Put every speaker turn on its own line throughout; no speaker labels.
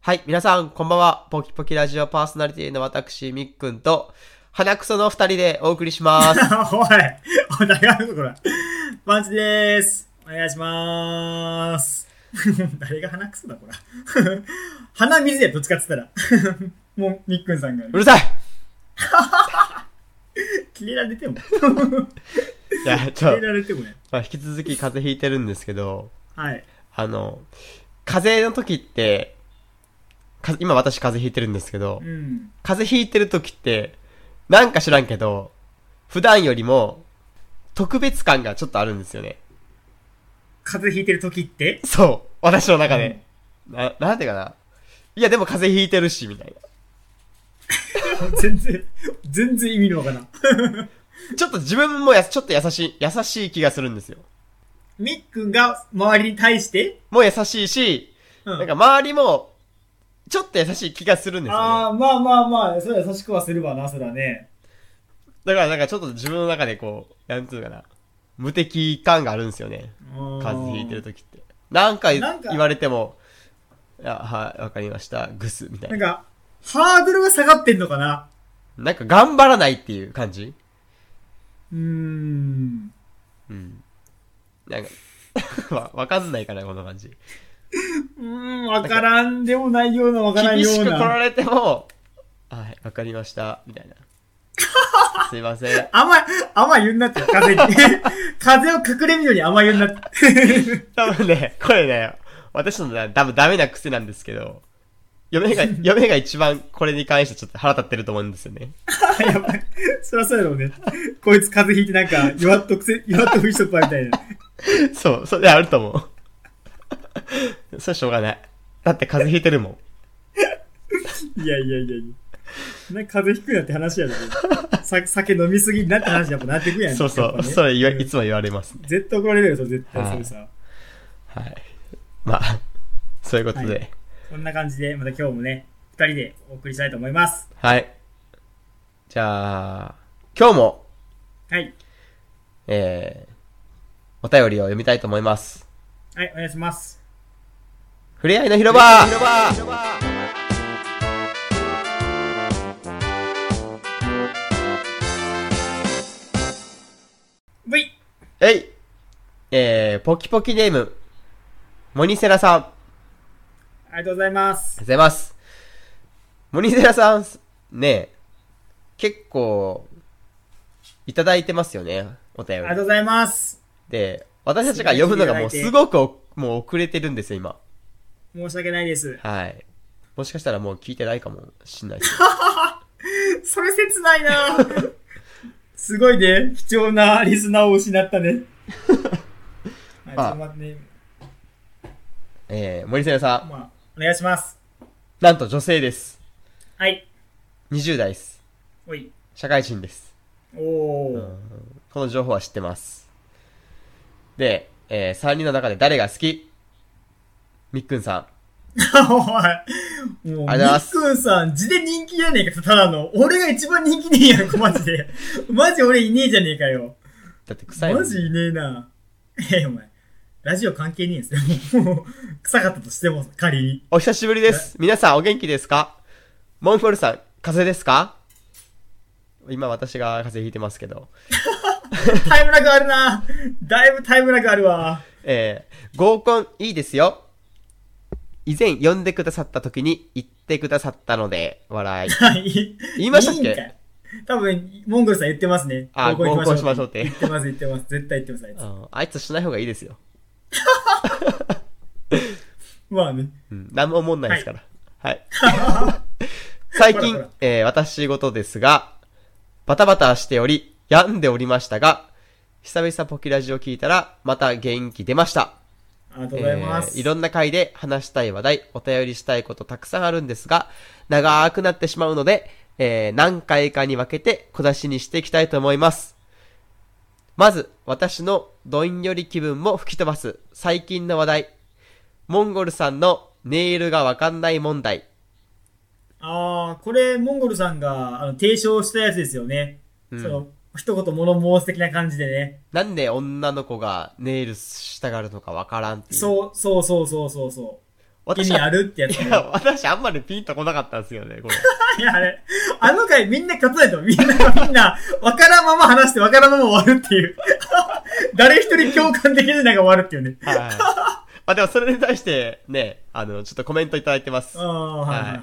はい、皆さん、こんばんは。ポキポキラジオパーソナリティの私、みっくんと、鼻くその二人でお送りし ます。
おい、おい、誰が話すこれ。パンチでーす。お願いしまーす。 誰が鼻くそだ、これ。 鼻水や、どっちかっつったら。 もう、みっくんさんが。
うるさい
切れら れても。切
いや、ちょ
れ、られてもね。
まあ、引き続き風邪ひいてるんですけど、
はい。
あの、風邪の時って、か今私風邪ひいてるんですけど
う、ん。
風邪ひいてる時って、なんか知らんけど、普段よりも、特別感がちょっとあるんですよね。
風邪ひいてる時って
そう。私の中で。な、なんていうかな。いや、でも風邪ひいてるし、みたい
全然、全然意味のわからん。
な。ちょっと自分もや、ちょっと優しい、優しい気がするんですよ。
みっくんが周りに対して、
もう優しいし、
うん
なんか周りも、ちょっと優しい気がするんですよ、ね。
ああ、まあまあまあ、それは優しくはするわな、そらね。
だからなんかちょっと自分の中でこう、なんていうかな。無敵感があるんですよね。風邪ひいてる時って。なんか
なんか
言われても、いや、はい、わかりました。ぐす、みたい
なん
な。
か、ハードルが下がってんのかな
なんか頑張らないっていう感じ
うーん。
うん。なんか、 わ、わかんないかな、この感じ。
うーん、わからんでもないような、わからん
厳
よ
し
う
く来ら
な。
れても、はい、わかりました、みたいな。すいません。
あんま、あんま言うんなって、風に。 風を隠れみのにあんま言うんなって。
多分ね、これね、私のね多分ダメな癖なんですけど、嫁 が、嫁が一番これに関してちょっと腹立ってると思うんですよね。
やばい。そりゃそうやろうね。こいつ風邪ひいてなんか、弱っとくせ、 弱っとくしとっぱみたいな。
そう、それあると思う。それしょうがない。だって風邪ひいてるもん。
いやいやいやいや。なんか風邪ひくなって話やろ。さ酒飲みすぎになって話やっぱなってくやん。
そうそ
やっぱ
う、
ね
それ言わ
うん
いつも言われますね。
絶対怒られるよ、それ絶対
はい
それさ。
はい。まあ、そういうことで。
こんな感じで、また今日もね、二人でお送りしたいと思います。
はい。じゃあ、今日も、
はい。
えー、お便りを読みたいと思います。
はい、お願いします。
ふれあいの広場
ブイ
えいえー、ポキポキネーム、モニセラさん、ありがと
ありがとうございます
う。ございます。モニセラさん、ね結構、いただいてますよね、お
あ
便
りが
り
と。うございます。
で、私たちが読むのがもう
すごい
すごくおもう遅れてるんですよ、今。
申し訳ないです。
はい。もしかしたらもう聞いてないかもしんないです。
それ切ないな すごいね。貴重なリスナーを失っ たね。はい、ちょっと待ってね。
えー、森瀬さん、
まあ、お願いします。
なんと女性です。
はい。
20代です。
おい。
社会人です。
おー。
この情報は知ってます。で、え3人の中で誰が好きみっくんさん。
おい。もう、み
ありがとうございま
っ
す
くんさん、字で人気やねんか、ただの。俺が一番人気ねえやんか、マジで。マジ俺いねえじゃねえかよ。
だって臭いもん
マジいねえな。ええ、お前。ラジオ関係ねえんすよ。もう、臭かったとしても、仮に。
お久しぶりです。皆さんお元気ですかモンフォルさん、風邪ですか今私が風邪ひいてますけど。
タイムラグあるな。だいぶタイムラグあるわ。
えー合コンいいですよ。以前呼んでくださった時に言ってくださったので、 笑い。
はい。
言いましたっけ
いいんかい多分、モンゴルさん言ってますね。
あ、合コンしましょうっ
う。
て
言っ。てます、言ってます。絶対言ってます、
う
あい
んあいつしない方がいいですよ。
つ。まあね。
うん、何も思んないですから。はい。最近
ほらほら
えー私事ですが、バタバタしており、病んでおりましたが、久々ポキラジを聞いたら、また元気出ました。
ありがとうございます。
えーいろんな回で話したい話題、お便りしたいことたくさんあるんですが、長くなってしまうので、えー何回かに分けて小出しにしていきたいと思います。まず、私のどんより気分も吹き飛ばす最近の話題。モンゴルさんのネイルがわかんない問題。
ああ、これ、モンゴルさんがあの提唱したやつですよね。
うん
その、一言物申す的な感じでね。
なんで女の子がネイルしたがるのかわからんっていう。
そう、そうそうそうそうそう。意
私
味
は、
あるってやつ
い
ね。
や、私あんまりピンとこなかったんですよね、これ。
いや、あれ。あの回みんな勝たないと、みんな、みんな、わからんまま話してわからんまま終わるっていう。誰一人共感できない中終わるっていうね。
はい。 まあでもそれに対してね、あの、ちょっとコメントいただいてます
あ。あ、はいはいはい。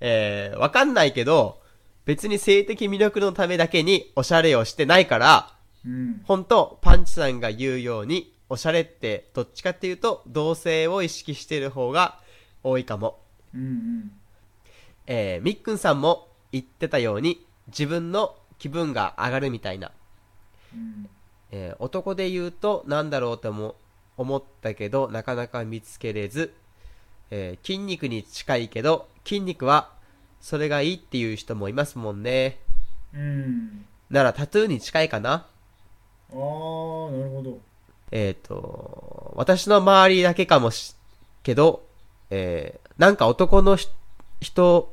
えー、わかんないけど、別に性的魅力のためだけにおしゃれをしてないから、
うん。
本当パンチさんが言うように、おしゃれってどっちかっていうと、同性を意識してる方が多いかも。
うんうん。
えー、みっくんさんも言ってたように、自分の気分が上がるみたいな。
うん
えー男で言うと何だろうとも思ったけどなかなか見つけれず、えー筋肉に近いけど筋肉はそれがいいっていう人もいますもんね
うん。
ならタトゥーに近いかな
ああ、なるほど。
えっ、と私の周りだけかもしけど、えーなんか男のひ人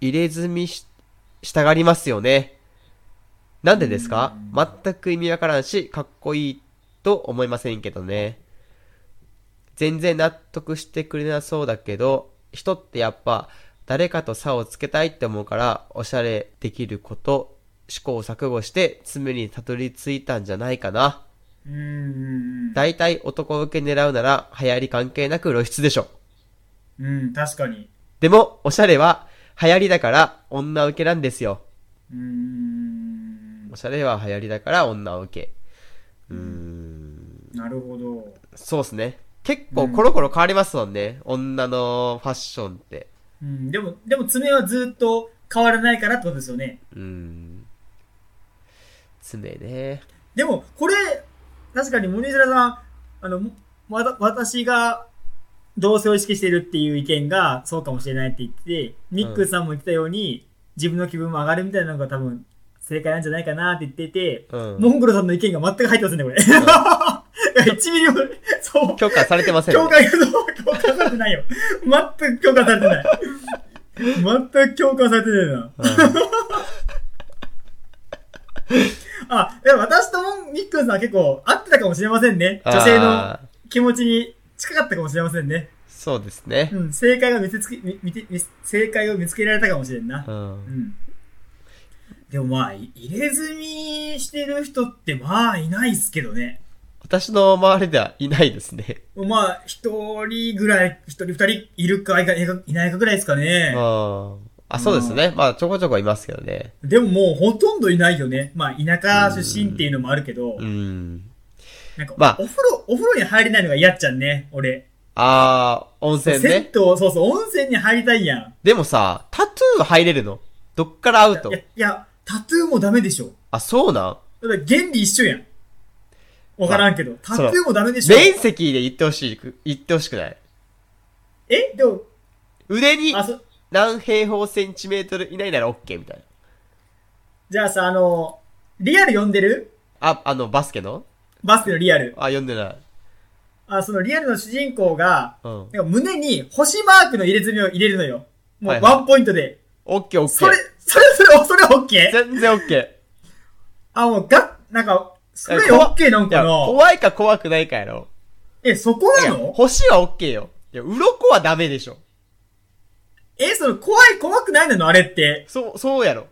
入れ墨ししたがりますよねなんでですか
うん
全く意味わからんしかっこいいと思いませんけどね全然納得してくれなそうだけど人ってやっぱ誰かと差をつけたいって思うからおしゃれできること試行錯誤して爪にたどり着いたんじゃないかな
うんうん
大体男受け狙うなら流行り関係なく露出でしょ。
うん。うん、確かに。
でも、おしゃれは流行りだから女受けなんですよ。
うん
お。しゃれは流行りだから女受け。うーん。
なるほど。
そうっすね。結構コロコロ変わりますもんね。女のファッションって。
うん。でも、でも爪はずっと変わらないからってことですよね。
うーん。爪ね。
でも、これ、確かに森白さん、あの、わた、私が同性を意識しているっていう意見がそうかもしれないって言ってて、ミックさんも言ってたように、自分の気分も上がるみたいなのが多分正解なんじゃないかなって言ってて、
うん。
モンゴルさんの意見が全く入ってませんね、これ。1ミリも、そう。
許可されてません、 ね
共。感が、そう、共感されてないよ。全く共感されてない。全く共感されてないな。あ、でも私ともみっくんさんは結構合ってたかもしれませんね。女性の
あー
気持ちに近かったかもしれませんね。
そうですね。
うん、正解が見つけ、み見て、見正解を見つけられたかもしれんな
う。。
うんん。でもまあ、い入れ墨してる人ってまあいないっすけどね。
私の周りではいないですね。
まあ、一人ぐらい、一人二人いるかいかいかいないかぐらいですかね。
うん。あ、そうですね。まあ、ちょこちょこいますけどね。
でももうほとんどいないよね。まあ田舎出身っていうのもあるけど、
うん。
なんか、
まあ
お風呂、お風呂に入れないのが嫌っちゃんね、俺。
あー、温
銭
泉
湯
ね。、
そうそう、温泉に入りたいやん。
でもさ、タトゥー入れるのどっからアウト
いや、いや、タトゥーもダメでしょ。
あ、そうなん
だから原理一緒やん。わからんけど、タトゥーもダメでしょ。
面積で言ってほしいく、言ってほしくない
えでも、
腕に
あ、そ、
何平方センチメートル以内なら OK みたいな。
じゃあさ、あの、リアル読んでる
あ、あの、バスケの
バスケのリアル。
あ、読んでない。
あ、そのリアルの主人公が、
うん。
なんか胸に星マークの入れ墨を入れるのよ。も
は
う
いはい
ワンポイントで。
OK、
そ
OK。、
れそれ、それ、それオッケー
全然 OK。
あ、もう、が、なんか、それ
いやこわ
OK なん
いや、
かな
怖いか怖くないかやろ。
え、そこ
い
な
や、
の
星は OK よ。いや、鱗はダメでしょ。
え、その、怖い、怖くないなのあれって。
そう、そうやろ。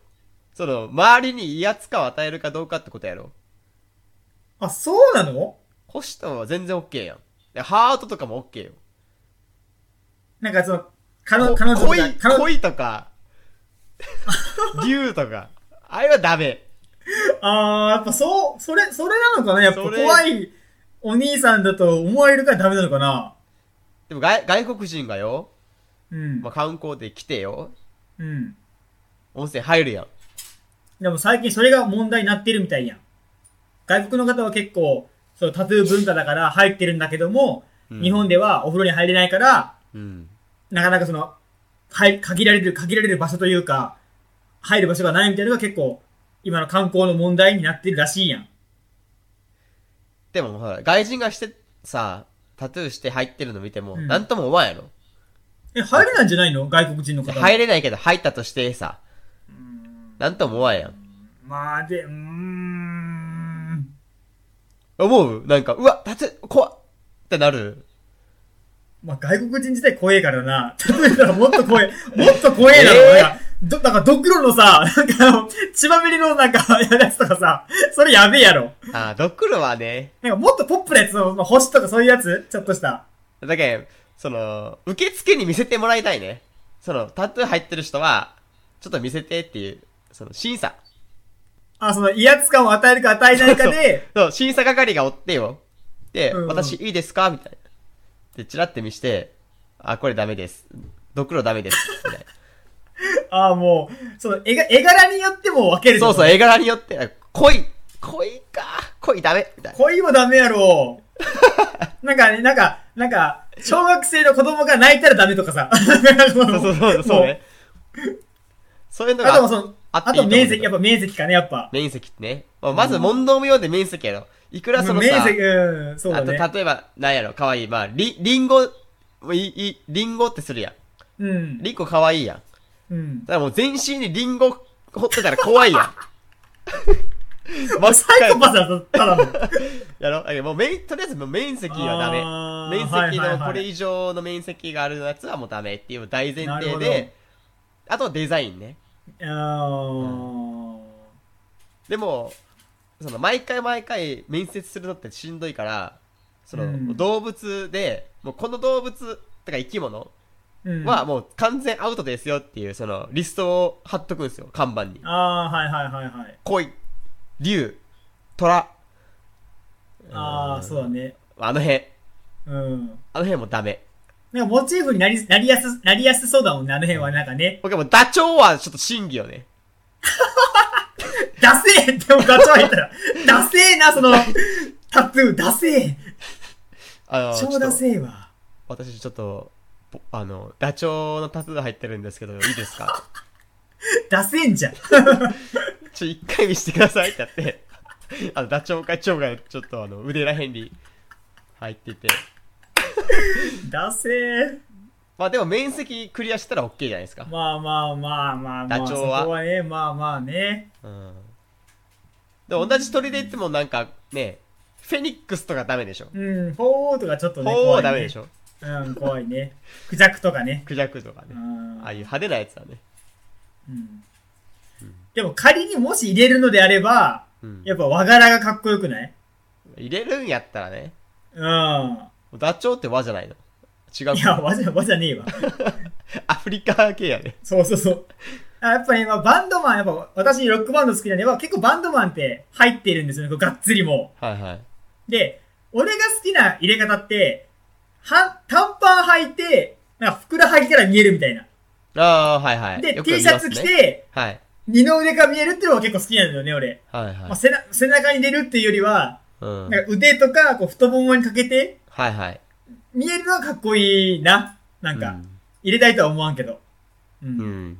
その、周りに威圧感を与えるかどうかってことやろ。
あ、そうなの
星とは全然 OK やん。でハートとかも OK よ。
なんかその、彼
こ
女、彼女とか
恋、
彼女、
恋と か、竜とか、あれはダメ。
あー、やっぱそう、それ、それなのかなやっぱ
それ
怖いお兄さんだと思われるからダメなのかな
でも外外国人がよ、
うん
まあ、。観光で来てよ、
うん。
温泉入るやん。
でも最近それが問題になってるみたいやん。外国の方は結構、そのタトゥー文化だから入ってるんだけども、
うん
日本ではお風呂に入れないから、
うん。
なかなかその、はい、限られる、限られる場所というか、入る場所がないみたいなのが結構、今の観光の問題になってるらしいやん。
でもほら、外人がしてさ、タトゥーして入ってるの見ても、
うん
なんとも思わんやろ。
え、入れないんじゃないの外国人の
で
方は。
入れないけど入ったとしてさ、なんとも思わんやん。
まあ、で、うーん。
思うなんか、うわ、タトゥー、怖っってなる。
まあ、外国人自体怖えからな。例えたらもっと怖え、もっと怖えだろ、
えー
なんかど、なんかドクロのさ、なんかあの、血まみれのなんか、やつとかさ、それやべえやろ。
あー、ドクロはね、
なんかもっとポップなやつの、まあ、星とかそういうやつちょっとした。
だけんその、受付に見せてもらいたいね。その、タトゥー入ってる人は、ちょっと見せてっていう、その、審査。
あ、その威圧感を与えるか与えないかで、
そう、審査係がおってよ。で、
うんうん
私いいですかみたいな。で、チラって見して、あ、これダメです。ドクロダメです。みた いな。
ああ、もう、その絵が、絵柄によっても分ける。
そうそう、
う。
絵柄によって、あ濃い、濃いか、濃いダメ、みたいな。
恋もダメやろ。なんか、なんか、なんか、小学生の子供が泣いたらダメとかさ。
そうそうそう、そうね。そういうの
もう。あとも
が、
その、
あ
あ
っていい
と
と思うけど
面積、やっぱ面積かね、やっぱ。
面積ってね。まあまず問答無用で面積やろ。いくらそのさ、
面積、うん、そうだね。
あと、例えば、なんやろ、かわいい。まあ、り、りんご、もういい、りんごってするやん。
うん。
りんごかわいいやん。だか
うん。
らもう全身にりんご掘ってたら怖いやん。真っ
サイコ
赤
パスだぞ、ただの。
やろだけどもう面、とりあえずもう面積はダメ。
あー
面
はい
積
はい
の
はい
これ以上の面積があるやつはもうダメっていう大前
な
提
るほ ど
で、あとはデザインね。
あ
でも、その毎回毎回面接するのってしんどいから、その、
うん
動物で、もうこの動物とか生き物
ーうん。
はもう完全アウトですよっていうそのリストを貼っとくんですよ、看板に。
ああ、はいはいはいはい。
恋、竜、虎。
ああ、そうだね。
あの辺。
うん。
あの辺もダメ。
なんかモチーフになり、なりやす、なりやすそうだもんね、あの辺はなんかね。
僕はもうダチョウはちょっと審議よね。
ダセーでもガチャ入っ たら、ダセーな、その、タトゥー、ダセー
あの、
超ダ
ちょっと
セーわ。
私ちょっと、ぼあの、ダチョウのタトゥー入ってるんですけど、いいです か
ダセーんじ ゃん。
ちょ、一回見してくださいってやって、 あの、ダチョウかチョウがちょっとあの、腕らへんに入ってて。
ダセー。
まあでも面積クリアしたら OK じゃないですか。
まあまあまあまあまあ、
ダチョ
そ
ウ
こ
は
はね、まあまあね。
うん。でも同じ鳥で言ってもなんかね、フェニックスとかダメでしょ。
うん、フォーとかちょっとね、
鳳凰
怖、
はい
ね。
ダメでしょ。
うん、怖いね。クジャクとかね。
クジャクとか
う
ね。
ん。
ああいう派手なやつはね。
うんでも仮にもし入れるのであれば、
うん。
やっぱ和柄がかっこよくない
入れるんやったらね、
うん。
ダチョウって和じゃないの。違。
いうや、わじゃ、わじゃねえわ。
アフリカ系やね。
そうそうそう。あやっぱね、まあ、バンドマン、やっぱ私ロックバンド好きなんで、まあ結構バンドマンって入ってるんですよね、こうがっつりも
はいはい。
う。で、俺が好きな入れ方って、は、短パン履いて、なんかふくらはぎから見えるみたいな。
ああ、はいはい。
で、
よく
T
見
シャ
ます
ツ
ね
着、て、
はい。
二の腕が見えるっていうのが結構好きなんだよね、俺。
はい
まあ、
はい。
背な背中に出るっていうよりは、
うん。
なんか腕とかこう太ももにかけて、
はいはい。
見えるのはかっこいいな。なんか、入れたいとは思わんけど。う
うん。うん。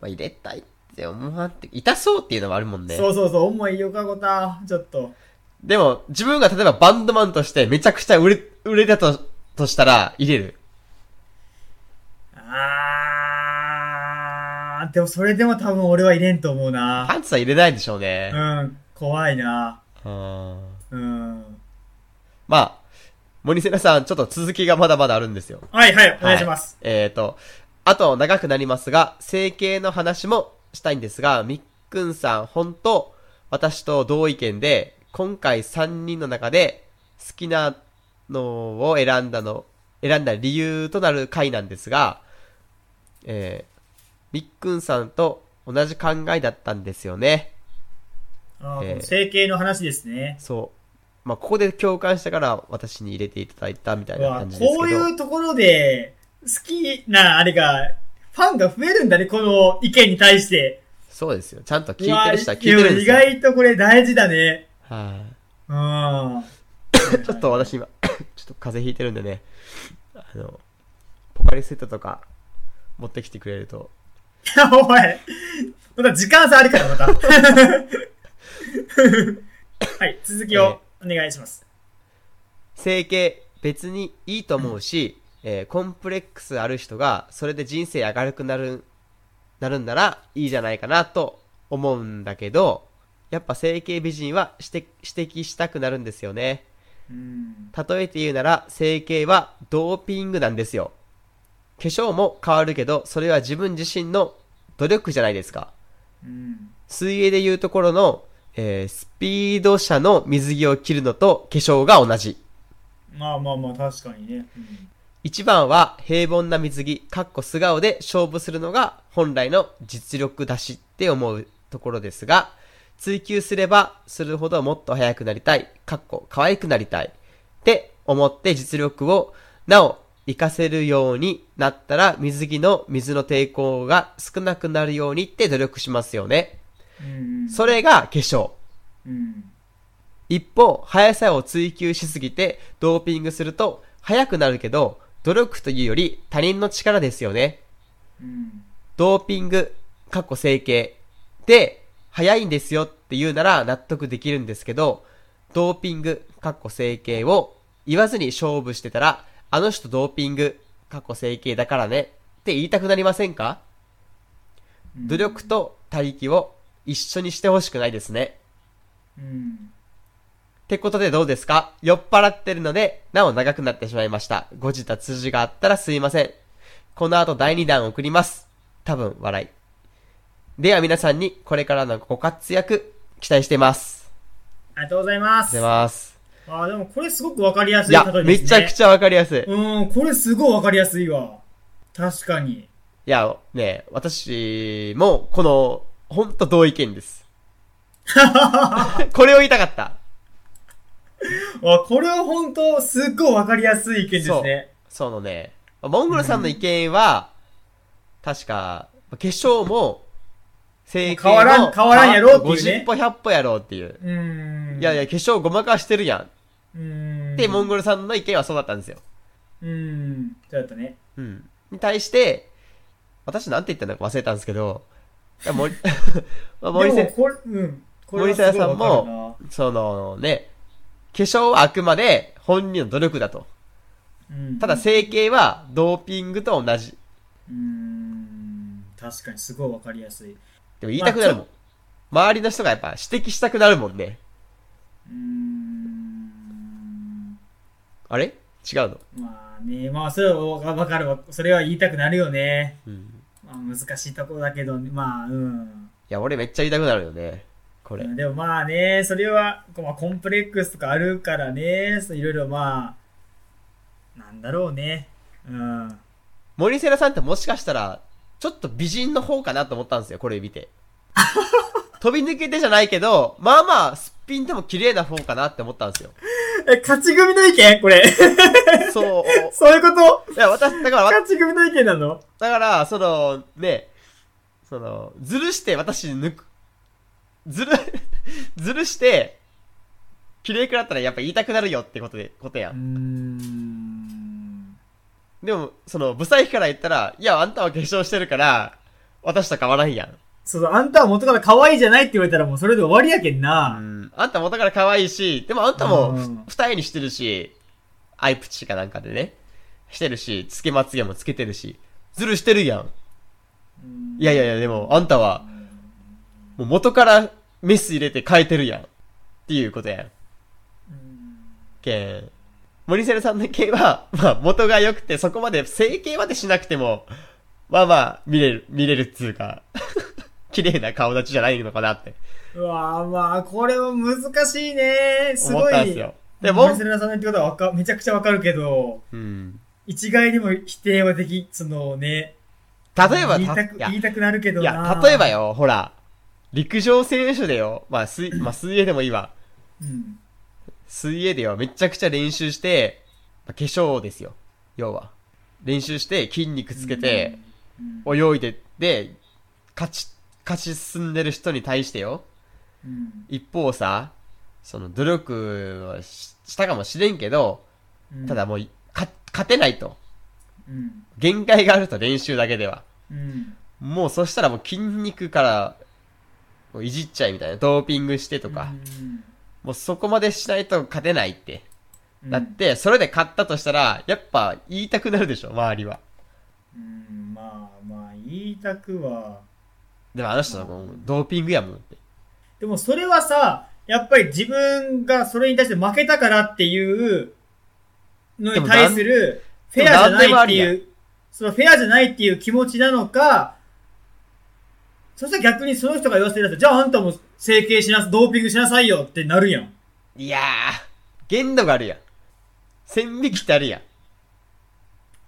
まあ、入れたいって思わんって、痛そうっていうのもあるもんね。
そうそうそう、重いよかごた、ちょっと。
でも、自分が例えばバンドマンとしてめちゃくちゃ売れ、売れたと、としたら、入れる。
あー、でもそれでも多分俺は入れんと思うな。
パンツは入れないでしょうね。
うん、怖いな。
うん
うん。
まあ、森瀬さん、ちょっと続きがまだまだあるんですよ。
はいはい、お願いします。
はい、えっ、と、あと長くなりますが、整形の話もしたいんですが、みっくんさん、本当私と同意見で、今回3人の中で好きなのを選んだの、選んだ理由となる回なんですが、えー、みっくんさんと同じ考えだったんですよね。
あ
え
ー
ー
この整形の話ですね。
そう。まあ、ここで共感したから私に入れていただいたみたいうな
わ
感じですけど。
こういうところで、好きなあれが、ファンが増えるんだね、この意見に対して。
そうですよ。ちゃんと聞
う
い
わ
てる人は聞いてるんですよ。
や意外とこれ大事だね。
はい、
うん。
ちょっと私今、 ちょっと風邪ひいてるんでね、あの、ポカリスエットとか持ってきてくれると。
お前、また時間差あるから、また。 はい、続きをお願いします。
整形、別にいいと思うし、えーコンプレックスある人が、それで人生明るくなる、なるんならいいじゃないかなと思うんだけど、やっぱ整形美人は指摘指摘したくなるんですよね。
うん。
例えて言うなら整形はドーピングなんですよ化粧も変わるけどそれは自分自身の努力じゃないですか
うん。
水泳で言うところの、えースピード車の水着を着るのと化粧が同じ
まあまあまあ、確かにね。うん
一番は平凡な水着かっこ素顔で勝負するのが本来の実力出しって思うところですが追求すればするほどもっと速くなりたいかっこ可愛くなりたいって思って実力をなお活かせるようになったら水着の水の抵抗が少なくなるようにって努力しますよね
うん。うん
そ。れが化粧
うん。
一方、速さを追求しすぎてドーピングすると速くなるけど、努力というより他人の力ですよね。
うん。
ドーピング、かっこ整形で速いんですよって言うなら納得できるんですけど、ドーピング、かっこ整形を言わずに勝負してたら、あの人ドーピング、かっこ整形だからねって言いたくなりませんか
うん
努力と他力を一緒にしてほしくないですね。
うん。
ってことでどうですか酔っ払ってるので、なお長くなってしまいました。ご自達筋があったらすいません。この後第2弾送ります。多分笑い。では皆さんにこれからのご活躍期待してます。
ありがとうございま
あ
す。
りがとうございます。
あーでもこれすごくわかりやすい
いや
例え、で
め
すね。
ちゃくちゃわかりやすい。い
うん、これすごいわかりやすいわ。確かに。
や、ね私もこの、ほんと同意見 です。これを言いたかった。
あ、これは本当すっごいわかりやすい意見ですね。
そのね、モンゴルさんの意見は、確か、化粧も、整形も
変わらん変わらんやろっていうね
50歩100歩やろうっていう。
うーん。
いやいや、化粧ごまかしてるやん。っ
うーん。
て、モン
ル。
ゴルさんの意見はそうだったんですよ。
うーん。そうだったね。
うん。に対して、私なんて言ったのか忘れたんですけど、いや 森、まあ森
でも
先
これ、うん。これ
森
はすごい
田さん
わかるな
も、そのね、化粧はあくまで本人の努力だと。
うん、
ただ整形はドーピングと同じ。
うーん。確かにすごいわかりやすい。う
でも言いたくなるもん。周りの人がやっぱ指摘したくなるもんね。
ーん。
あれ違うの
まあね、まあそれはわかわかるわ。それは言いたくなるよね。
うん。
まあ難しいところだけど、まあうん。
いや、俺めっちゃ言いたくなるよね。これ。
うんでもまあね、それは、こうまあ、コンプレックスとかあるからね、そういろいろまあ、なんだろうね。うん。
森セラさんってもしかしたら、ちょっと美人の方かなと思ったんですよ、これ見 て。飛び抜けてじゃないけど、まあまあ、すっぴんでも綺麗な方かなって思ったん ですよ。
え、勝ち組の意見これ。
そう。
そういうこと
いや、私、だから、わ
勝ち組の意見なの
だから、その、ね、その、ずるして私抜く、ずる、 ずるして、綺麗くなったらやっぱ言いたくなるよってことで、ことや。
うんん。
でも、その、不細工から言ったら、いや、あんたは化粧してるから、私と変わらんやん。
そうそう、あんたは元から可愛いじゃないって言われたらもうそれで終わりやけんな。
あんた元から可愛いし、でもあんたも
うん
ふ二重にしてるし、アイプチかなんかでね、してるし、つけまつげもつけてるし、ずるしてるやん。いやいやいや、でもあんたは、もう元からメス入れて変えてるやん。っていうことやん。けん。森セルさんの系は、 まあ元が良くて、そこまで整形までしなくても、まあまあ見れる、見れるっつうか、 綺麗な顔立ちじゃないのかなって
うわぁ、まあ、これは難しいね。す
思
ご
っ
い。
たんですよ。で
も、
も
マ、セナさんの言ってことはわかめちゃくちゃわかるけど、
うん。
一概にも否定はでき、そのね、
例えば、
言い
た
た
い
く
や
言いたくなるけど
い
な。
や、例えば。よ、ほら、陸上選手でよ、まあ、水、まあ、水泳でもいいわ。
うん。
水泳でよ、めちゃくちゃ練習して、まあ化粧ですよ、要は。練習して、筋肉つけて、
うん、
泳いでって、勝ち、勝ち進んでる人に対してよ、
うん
一方さ、その努力はししたかもしれんけど、ただ、もう、か勝てないと。
うん。
限界があると練習だけでは。
うん。
もうそしたらもう筋肉から、こういじっちゃいみたいな、ドーピングしてとか、もうそこまでしないと勝てないって。
うん。
だって、それで勝ったとしたら、やっぱ言いたくなるでしょ、周りは。
うん、まあまあ、言いたくは。
でもあの人はもうドーピングやもんって。
でもそれはさ、やっぱり自分がそれに対して負けたからっていうのに対する、フ
で
ェ
も
ア
な
じ
ん
ゃないって
でもあ
いう、そのフェアじゃないっていう気持ちなのか、そしたら逆にその人が言わせてると、じゃああんたも整形しなさ、ドーピングしなさいよってなるやん。
いやー、限度があるやん。線引きってあるや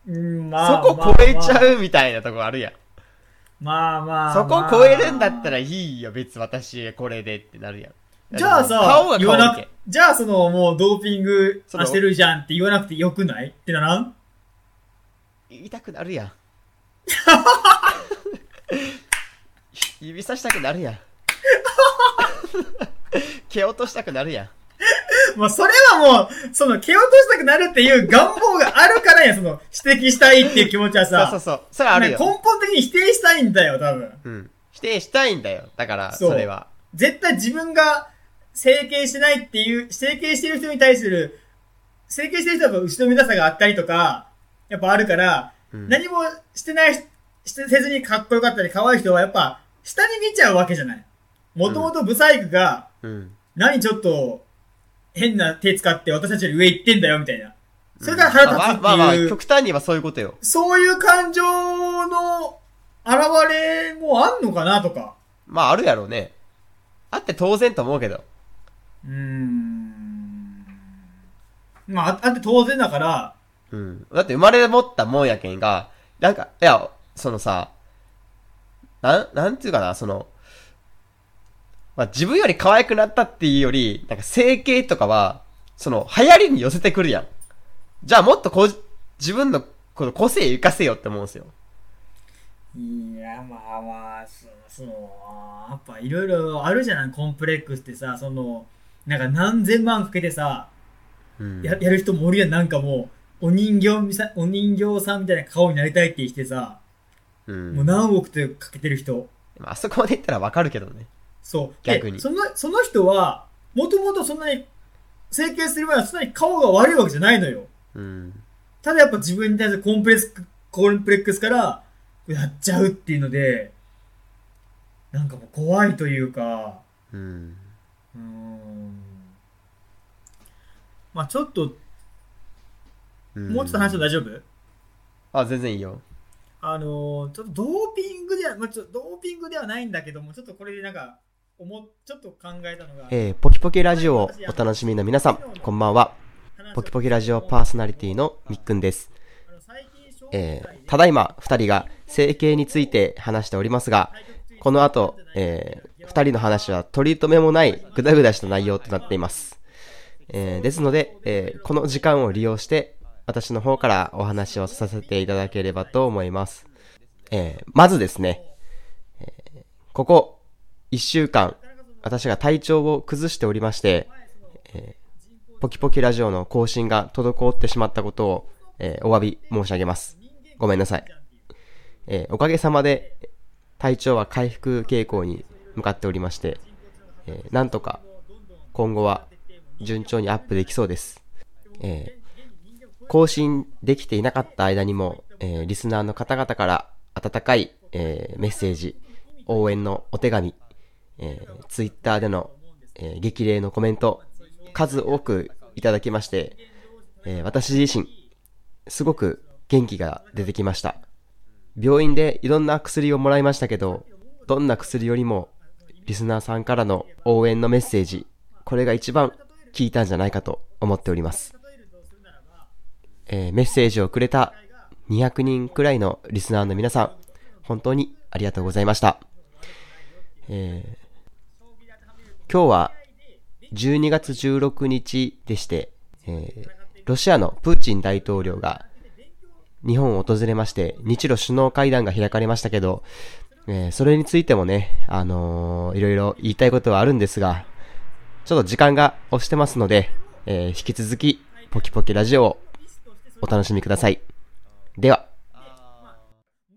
ん。
うん、まあ。
そこ超えち
まあ
ゃうみたいなとこあるやん。
まあまあ。
そこ
まあ
超えるんだったらいいよ、別私これでってなるやん。
じゃあさ、
顔が
言
顔
わ
だ
な
け
く。、じゃあそのもうドーピング
その
してるじゃんって言わなくてよくないってならん
言いたくなるやん。指さしたくなる やん。蹴落としたくなるやん。
まあそれはもう、その蹴落としたくなるっていう願望があるからや、その指摘したいっていう気持ちは
そうそう
さ、
そう。それはある
ね根
よ。
本的に否定したいんだよ、多分。
うん。否定したいんだよ。だから、
そう
それは。
絶対自分が整形してないっていう、整形してる人に対する、整形してる人はやっぱ後ろめたさがあったりとか、やっぱあるから、
うん
何もしてない、してせずにかっこよかったり可愛い人はやっぱ下に見ちゃうわけじゃない。もともとブサイクが、
うん。
何ちょっと変な手使って私たちより上行ってんだよみたいな。それから腹立つっていう。
まあまあまあ、極端にはそういうことよ。
そういう感情の現れもあんのかなとか。
まあ、あるやろうね。あって当然と思うけど。
うーん。まあ、ああって当然だから、
うん。だって生まれ持ったもんやけんが、なんか、いや、そのさ、なん、なんていうかな、その、まあ、自分より可愛くなったっていうより、なんか整形とかは、その、流行りに寄せてくるやん。じゃあもっとこう、自分の、この個性生かせよって思うんですよ。
いや、まあまあ、その、そのやっぱいろいろあるじゃない、コンプレックスってさ、その、なんか何千万かけてさ、
うん。
ややる人もおるやん、なんかもう、お人形みさ、お人形さんみたいな顔になりたいってしてさ、
うん。
もう何億とかけてる人。
まああそこまで言ったらわかるけどね。
そう。で
逆に
その、その人は、もともとそんなに、整形する前はそんなに顔が悪いわけじゃないのよ。
うん。
ただやっぱ自分に対するコンプレックス、コンプレックスから、やっちゃうっていうので、なんかもう怖いというか、
うん。
うーん。まあちょっと、もうちょっと話しても大丈夫、
あ、全然いいよ。
あのーちょっとドーピングでは、まあちょっとドーピングではないんだけども、ちょっとこれでなんか、思っ、ちょっと考えたのが、
えー、ポキポキラジオをお楽しみの皆さん、こんばんは。ポキポキラジオパーソナリティのみっくんです。
あの最近商品
え
会で
ー、ただいま2人が整形について話しておりますが、この後、えー、2人の話は取り留めもないグダグダした内容となっています。えー、ですので、えー、この時間を利用して、私の方からお話をさせていただければと思います。えー、まずですね、えーここ1週間、私が体調を崩しておりまして、ポキポキラジオの更新が滞ってしまったことを、えーお詫び申し上げます。ごめんなさい。えーおかげさまで、体調は回復傾向に向かっておりまして、えーなんとか今後は順調にアップできそうです。えー更新できていなかった間にも、えーリスナーの方々から温かい、えーメッセージ、応援のお手紙、えー、ツイッターでの、えー激励のコメント、数多くいただきまして、えー私自身、すごく元気が出てきました。病院でいろんな薬をもらいましたけど、どんな薬よりも、リスナーさんからの応援のメッセージ、これが一番効いたんじゃないかと思っております。えーメッセージをくれた200人くらいのリスナーの皆さん、本当にありがとうございました。えー今日は12月16日でして、えーロシアのプーチン大統領が日本を訪れまして、日ロ首脳会談が開かれましたけど、えーそれについてもね、あのーいろいろ言いたいことはあるんですが、ちょっと時間が押してますので、えー引き続き、ポキポキラジオをお楽しみください。では。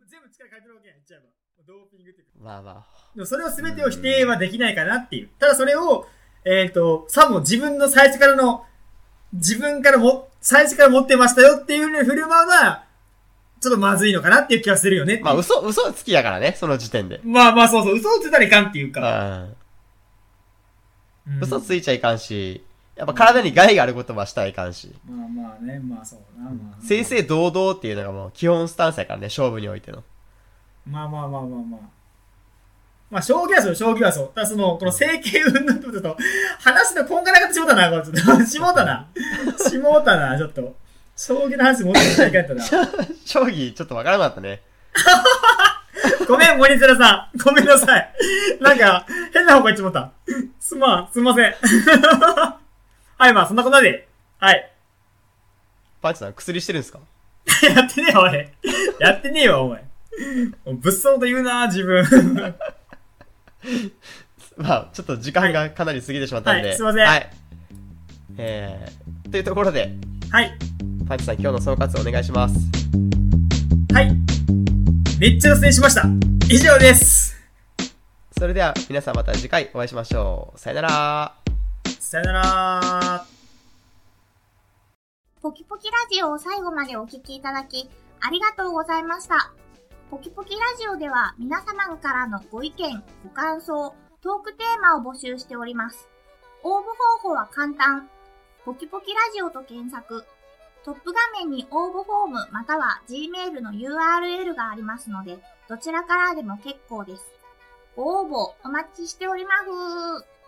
全部力変えてるわけやん、言っちゃえば。ドーピングっていうか
まあま
でもそれを全てを否定はできないかなっていう。ただそれを、えっ、と、さも自分の最初からの、自分からも、最初から持ってましたよっていうふうに振る舞うのは、ちょっとまずいのかなっていう気がするよねっていう
まあ、嘘、嘘つきやからね、その時点で。
まあまあそうそう、嘘をついたらいかんっていう
う
か。
ん。
うん
嘘ついちゃいかんし、やっぱ体に害があることはしたらいかんし、
まあまあね、まあそうな、まあ。
正々堂々っていうのがもう基本スタンスやからね、勝負においての。
まあまあまあまあまあ。まあ、将棋はそう、将棋はそう。ただその、この整形云々とちょっと、話のこんがらがってしもうたな、これちょっと。しもうた な。しもうたな、ちょっと。将棋の話もっとしたいかったな。
将棋ちょっとわからなかったね。
ごめん、森面さん。ごめんなさい。なんか、変な方向行っちまった。すまん、すんません。はい、まあ、そんなことで。はい。
パンチさん薬してるんですか
やってねえわ、俺。やってねえわ、お前。物騒と言うな、自分。
まあ、ちょっと時間がかなり過ぎてしまったんで。
はいすいません
はい。えー、というところで、
はい。
パンチさん今日の総括お願いします。
はい。めっちゃ脱線しました。以上です。
それでは皆さんまた次回お会いしましょう。さよなら。
さよなら。
ポキポキラジオを最後までお聞きいただき、ありがとうございました。ポキポキラジオでは皆様からのご意見、ご感想、トークテーマを募集しております。応募方法は簡単。ポキポキラジオと検索。トップ画面に応募フォームまたは Gmail の URL がありますので、どちらからでも結構です。ご応募お待ちしております。